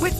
With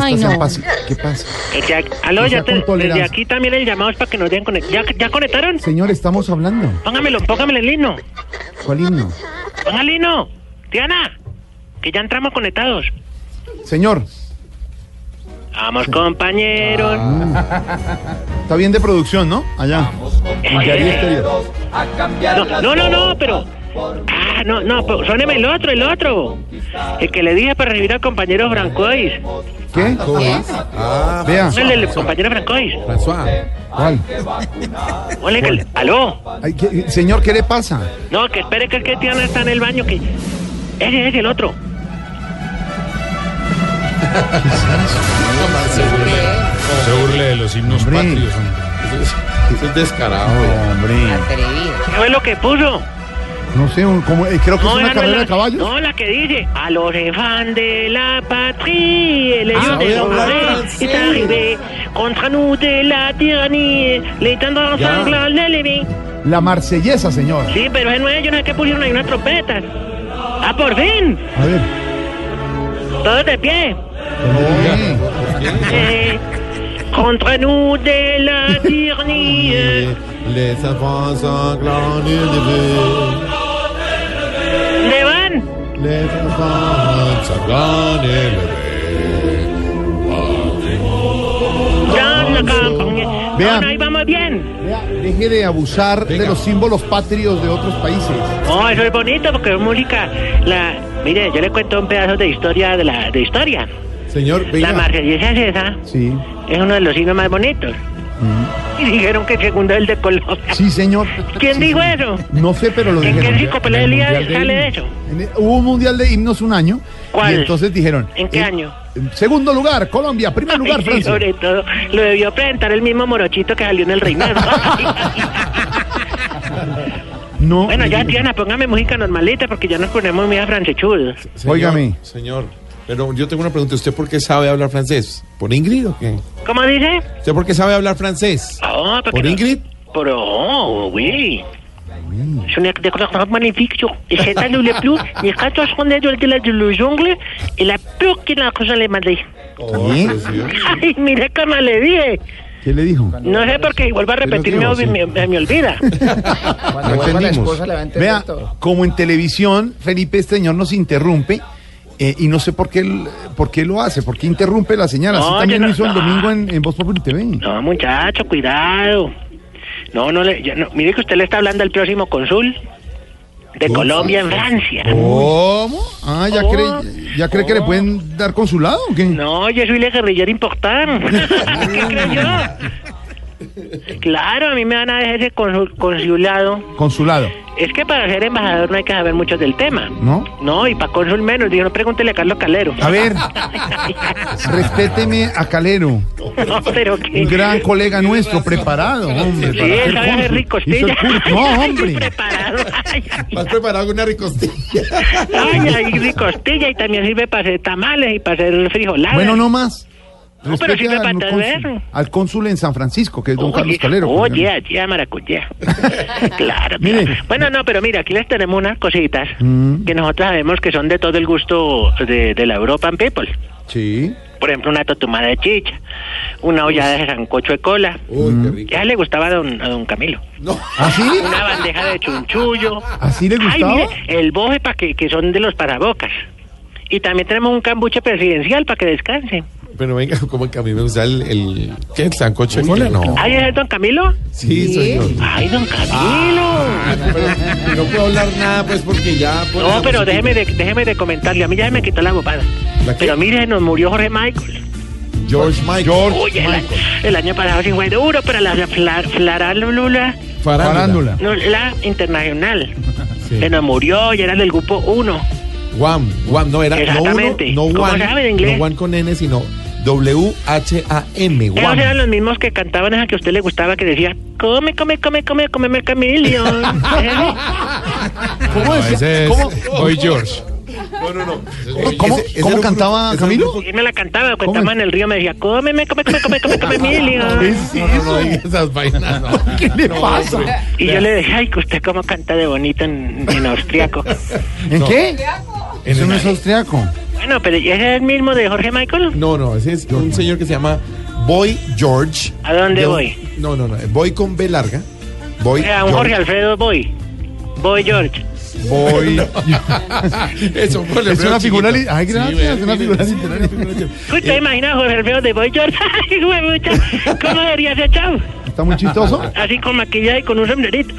Ay, no. ¿Qué pasa? Eh, ya- aló, No sea ya te- con desde tolerancia. aquí también el llamado es para que nos den conect- ¿Ya, ¿Ya conectaron? Señor, estamos hablando. Póngamelo, póngamelo el himno. ¿Cuál himno? Póngale el himno. Diana, que ya entramos conectados. Señor, Vamos, compañeros. está bien de producción, ¿no? Allá. Maquinaria exterior. No, no, no, no, pero. Ah, no, no, pero soneme el otro, el otro. El que le dije para recibir al compañero Francois. ¿Qué? Ah, Vea. Póngale el compañero Francois. François. ¿Cuál? Póngale que- Aló. Ay, ¿qué- señor, ¿qué le pasa? No, que espere que el que Diana está en el baño. que Ese es el otro. No se burle de los himnos Hombre. patrios. hombre. Eso es descarado. Hombre. Atrevido. ¿Qué fue lo que puso? No sé, un- como, eh, creo que es esa una no carrera la- de caballos. No, la que dice, a los fan de la patria, les Ah, yeux voy de a hablar l'enfer francés. est arrivé, contre nous de la tyrannie, les tendres Ya. sanglants de Lévis. La marsellesa, señor. Sí, pero ese no es, yo no sé qué pusieron ahí unas trompetas. ¡Ah, por fin! A ver. Todos de pie. Sí. Eh, Contre nous de la tyrannie. eh, Les enfants sanglants du début. ¿Dónde van? Les enfants sanglants du début. Ya, la campaña. Vean. Bueno, ahí vamos bien. Vea, deje de abusar de los símbolos patrios de otros países. Oh, eso es bonito porque es música. La, mire, yo le cuento un pedazo de historia de la de historia. Señor, La venga. marsellesa es esa, Sí. es uno de los signos más bonitos. Y dijeron que el segundo es el de Colombia. Mm. Sí, señor. ¿Quién Sí, dijo señor. eso? No sé, pero lo ¿En qué dijeron. enciclopedia Mundial de sale de Himnos. eso? En el- Hubo un mundial de himnos un año. ¿Cuál? Y entonces dijeron. ¿En qué eh, año? en Segundo lugar, Colombia. Primer lugar, Ay, sí, Francia. sobre todo, lo debió presentar el mismo morochito que salió en el reinado. No. eh, bueno, ya, dijeron, Diana, póngame música normalita porque ya nos ponemos muy afrancechudos. Señor, Óigame. Señor, pero yo tengo una pregunta. ¿Usted por qué sabe hablar francés? ¿Por Ingrid o qué? ¿Cómo dice? ¿Usted por qué sabe hablar francés? Ah, porque ¿Por no- Ingrid? Por oh, oui. Mm. Je n'ai que des couleurs magnifiques. tu vois. Et cette année où le plus, il y a 14 ans au-delà de la jungle et la peur qu'il a rejoint les Madrid. Oh, ¿Sí? precioso. Ay, mire cómo le dije. ¿Qué le dijo? No sé por qué, y vuelvo a repetir, me, digo, sí. me- me- me olvida. No Cuando vuelva la entendimos. esposa le va a entender Vea, todo. como en televisión, Felipe, este señor nos interrumpe. eh, y no sé por qué, él- por qué lo hace, por qué interrumpe la señal. Así No, también yo no- lo hizo el no. domingo en, en Voz Populi TV. No, muchacho, cuidado. No, no le. ya no. Mire que usted le está hablando al próximo cónsul de Colombia en Francia. Oh. ¿Cómo? Ah, ¿ya Oh. cree, ya cree que le Oh. pueden dar consulado o qué? No, yo soy la guerrillera importante. ¿Qué creo yo? Claro, a mí me van a dejar ese consul- consulado. Consulado, Es que para ser embajador no hay que saber mucho del tema. ¿no? Ah. No, y para cónsul menos. Digo, no pregúntele a Carlos Calero. A ver, respéteme a Calero, no, pero que... un gran colega nuestro, preparado, hombre. Sí, para ser él sabe hacer cónsul. Hizo el ricostilla. curso. No, Sí, hombre. preparado. Ay, ay, ¿Has preparado alguna ricostilla? ay, ay, ricostilla. Y también sirve para hacer tamales y para hacer frijoladas. Bueno, no más. No, pero Respete sirve al, para cónsul, ver. al cónsul en San Francisco, que es don Carlos Oye, Calero. Oye, allí a maracuyá. claro. Mire. claro. Bueno, no, pero mira, aquí les tenemos unas cositas Mm. que nosotros sabemos que son de todo el gusto de, de la European People. Sí. Por ejemplo, una totumada de chicha, una ollada de sancocho de cola. Uy, qué rico. Ya le gustaba a don, a don Camilo. No. ¿Así? Una bandeja de chunchullo. ¿Ah, ¿Así le gustaba? Ay, mire, el boje para que, que son de los parabocas. Y también tenemos un cambuche presidencial para que descanse. Pero venga, como que a mí me gusta el, el ¿qué? ¿El sancocho de cola? No. Ay, ¿es don Camilo? Sí, señor. Ay, don Camilo. Ah. Pero no puedo hablar nada, pues, porque ya... pues, No, la pero musiquita- déjeme de, déjeme de comentarle. A mí ya se me quitó la bobada. ¿La qué? Pero mire, nos murió Jorge Michael. George Michael. Uy, el, año- el año pasado sí fue duro para la fla- flarálula Farándula. no, la internacional. Sí. Se nos murió y era del grupo 1. Guam, Guam, no era, no uno, Exactamente. no ¿Cómo Juan, sabe de no inglés? Juan con N, sino W-H-A-M. Esos Guam. eran los mismos que cantaban esa que a usted le gustaba, que decía, come, come, come, come, come, el camaleón. ¿Cómo A decía? veces ¿Cómo, Hoy George. cómo- Ese- ese cómo era un cantaba grupo- Camilo? Y me la cantaba, cuando estaba en el río me decía, cómeme, come, come, come, come, come, Emilio. No, no, no diga esas vainas. no. ¿Qué le pasa? Y yo le dije, ay, que usted cómo canta de bonito en, en austriaco. ¿En qué? Eso no es austriaco. Bueno, pero ese es el mismo de Jorge Michael. No, no, ese es un señor que se llama Boy George. ¿A dónde De un- voy? No, no, no. Voy con B larga. Boy Era un Jorge George. Alfredo Boy. Boy George. Voy. Eso, Jorge Es Alfredo una figura. chiquito. li- Ay, Sí, gracias. ve, Una ve, figura ve, literaria. Uy, ¿te imaginas a Jorge Alfredo de Boy George? Ay, huevucha, ¿Cómo debería ser chao? Está muy chistoso. Así con maquillaje y con un sombrerito.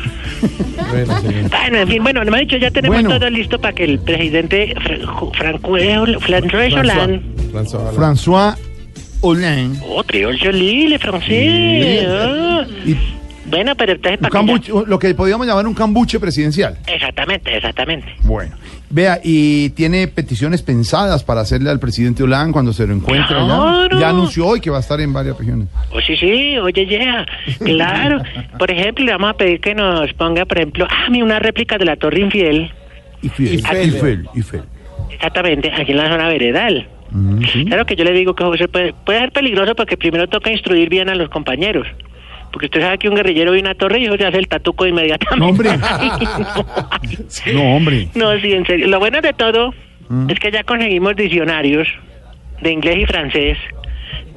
Bueno, señor. Bueno, en fin, bueno, me ha dicho, ya tenemos Bueno. todo listo para que el presidente Fran- Franco- François Hollande François Hollande. François Hollande. Oh, triol joli, le francés. ah. Y Bueno, pero entonces un para que ya- cambuche- lo que podríamos llamar un cambuche presidencial. Exactamente, exactamente. Bueno. Vea, y tiene peticiones pensadas para hacerle al presidente Hollande cuando se lo encuentre. allá. Claro. Ya anunció hoy que va a estar en varias regiones. Oh, sí, sí, oye, yeah. Claro. Por ejemplo, le vamos a pedir que nos ponga, por ejemplo, ah, mira, una réplica de la Torre Infiel. Eiffel, Eiffel. Eiffel, Eiffel. Exactamente, aquí en la zona veredal. Mm, Claro que yo le digo que José puede, puede ser peligroso porque primero toca instruir bien a los compañeros. Porque usted sabe que un guerrillero ve una torre y eso se hace el tatuco inmediatamente. No, hombre. No, hombre. No, sí, en serio. Lo bueno de todo Mm. es que ya conseguimos diccionarios de inglés y francés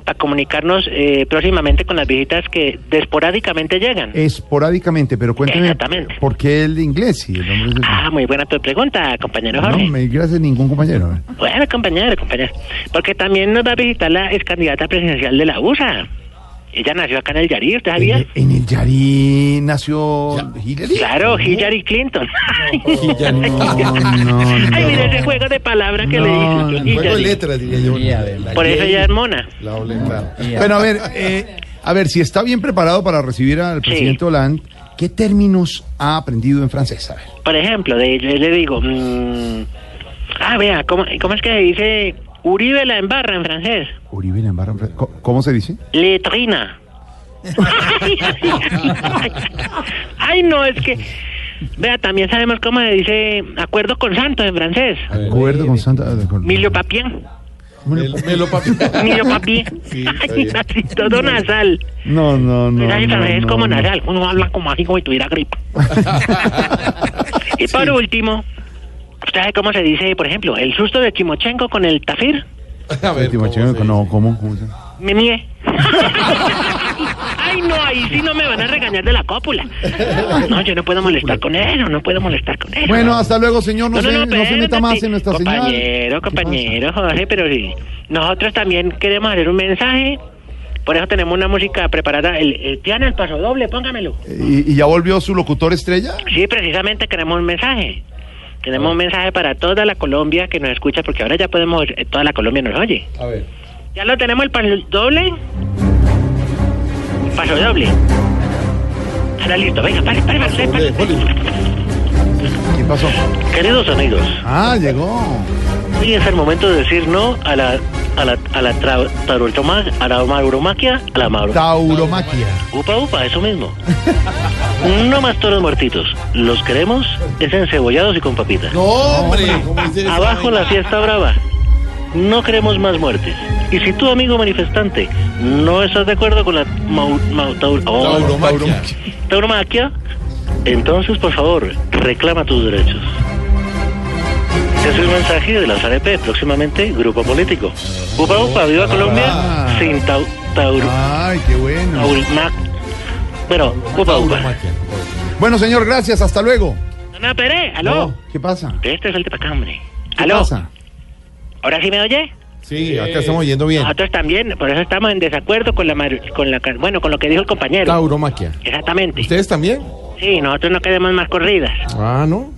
para comunicarnos eh, próximamente con las visitas que de esporádicamente llegan. Esporádicamente, pero cuénteme Exactamente. por qué el de inglés si el hombre es el- Ah, muy buena tu pregunta, compañero No Jorge. me gracias ningún compañero. ¿eh? Bueno, compañero, compañero. Porque también nos va a visitar la ex candidata presidencial de la USA. Ella nació acá en el Yarí, ¿usted sabía? En, en el Yarí nació Hillary. Claro, Hillary Clinton. Hillary. pues, no, no. Ay, mire ese juego de palabras que No, le hizo. Juego de Hillary. letras, diría yo. La Por eso Y, ella es mona. La doble, claro. Bueno, a ver, eh, a ver, si está bien preparado para recibir al presidente Hollande, ¿qué términos ha aprendido en francés? A ver. Por ejemplo, de, yo le digo, mm, ah, vea, ¿cómo, cómo es que se dice Uribe la embarra en francés? Uribe la embarra en francés. ¿Cómo- ¿Cómo se dice? Letrina. Ay, no, es que, vea, también sabemos cómo se dice acuerdo con Santos en francés. Acuerdo con Santa. de acuerdo. Milio papien, Melo- Melo papi. milio papien. Sí, está Ay, bien. así todo nasal. No, no, no. Pues ahí no, francés es no, como no. nasal, uno habla como así como si tuviera gripa. y por último, ¿usted sabe cómo se dice, por ejemplo, el susto de Chimochenko con el tafir? A ver, Último ¿cómo chingo, se No, ¿cómo? ¿Cómo se- Me mie. Ay, no, ahí sí no me van a regañar de la cópula. No, yo no puedo molestar con eso, no puedo molestar con eso. Bueno, hasta luego, señor. No, se, no se espérate. meta más en nuestra señal. Compañero, ¿Qué pasa? compañero, Jorge, pero sí. Nosotros también queremos hacer un mensaje. Por eso tenemos una música preparada. El, el Tiana, el paso doble, póngamelo. ¿Y, y ya volvió su locutor estrella? Sí, precisamente queremos un mensaje. Tenemos Ah. un mensaje para toda la Colombia que nos escucha, porque ahora ya podemos, eh, toda la Colombia nos oye. A ver. Ya lo tenemos el paso doble. Paso doble. Ahora listo, venga, pare, pare, pare, pare. Doble de Hollywood. ¿Quién pasó? Queridos amigos, Ah, llegó. hoy es el momento de decir no a la a la a la tra- tarotoma- a la mauromaquia, a la mauro. Tauromaquia. Upa upa, eso mismo. No más toros muertitos. Los queremos es encebollados y con papitas. No, hombre. ¿cómo dice esa Abajo vaina? la fiesta brava. No queremos más muertes. Y si tu amigo manifestante no estás de acuerdo con la mau- mau- taur- oh, Tauromaquia. tauromaquia, entonces por favor, reclama tus derechos. Este es un mensaje de la AREP, próximamente Grupo Político. Upa, upa, viva Colombia, Ah. sin tau, taur, Ay, qué bueno. taurma- Bueno, upa, upa. Tauromaquia. Bueno, señor, gracias. Hasta luego. Oh, Dona Pérez, aló. ¿Qué pasa? Este es el de pa' acá, hombre. ¿Qué Aló, pasa? ¿ahora sí me oye? Sí, acá estamos oyendo bien. Nosotros también, por eso estamos en desacuerdo con la mar- con la ca- bueno, con lo que dijo el compañero. Tauromaquia. Exactamente. ¿Ustedes también? Sí, nosotros no queremos más corridas, Ah, no.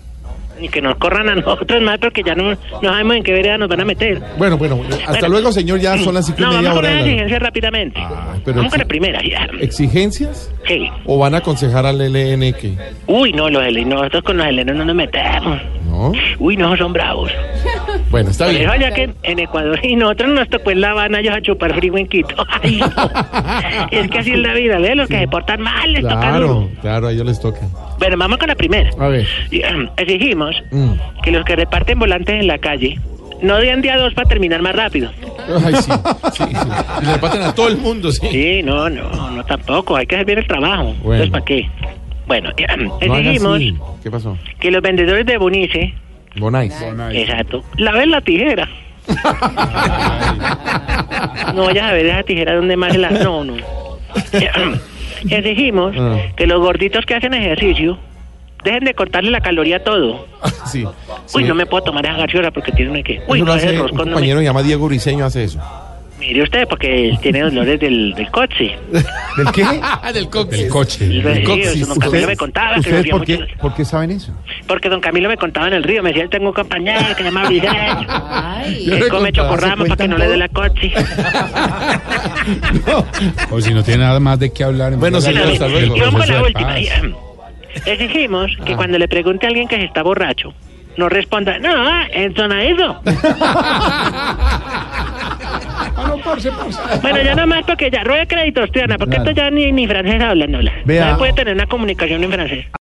ni que nos corran a nosotros más porque ya no, no sabemos en qué vereda nos van a meter. Bueno, bueno, eh, hasta Bueno. luego, señor. Ya son las cinco No, y media vamos con hora. las de la- exigencias rápidamente. Ah, pero eh, vamos con exi- la primera. ya. ¿Exigencias? Sí. ¿O van a aconsejar al LN que.? Uy, no, los helenos, nosotros con los helenos no nos metemos. No. Uy, no, son bravos. Bueno, está Pero bien. allá que en Ecuador y nosotros nos tocó en La Habana ya a chupar frío en Quito. Ay, es que así es la vida, ¿ves? Los que se portan mal les toca duro. Claro, claro, a ellos les toca. Bueno, vamos con la primera. A ver. Y, ahem, Exigimos Mm. que los que reparten volantes en la calle no den día dos para terminar más rápido. Ay, sí. sí, sí. Y le paten a todo el mundo, sí. Sí, no, no, no tampoco. Hay que hacer bien el trabajo. Bueno. Entonces, ¿para qué? Bueno, y, ahem, No haga exigimos así. ¿Qué pasó? que los vendedores de Bonice, Bonais. exacto, laven la tijera. No vayas a ver esa tijera donde más la... No, no. Exigimos Ah. que los gorditos que hacen ejercicio dejen de cortarle la caloría a todo. Sí. Uy, sí. no me puedo tomar esa gaseosa porque tiene una que... Uy, Eso lo no, ese hace un roscón no me- compañero que se llama Diego Briseño hace eso. Mire usted, porque él tiene dolores del, del coche. ¿Del qué? del coche. El coche. Y yo El decía, coche. eso, don Camilo me contaba que ¿Ustedes dolía por mucho. qué, por qué saben eso? Porque don Camilo me contaba en el río, me decía, él tengo un compañero que se llama Briseño, Yo que le come contaba, chocorramo ¿se para que no le dé la cuentan coche. O si no tiene nada más de qué hablar. en Bueno, verdad, señor, el hasta luego. proceso Y vamos con de la última. paz. Exigimos que cuando le pregunte a alguien que si está borracho, no responda, no, entonadito. Ah, Bueno, ya nomás porque ya rueda créditos, Triana, porque esto ya ni, ni francés hablan, no habla. Vea. No se puede tener una comunicación en francés.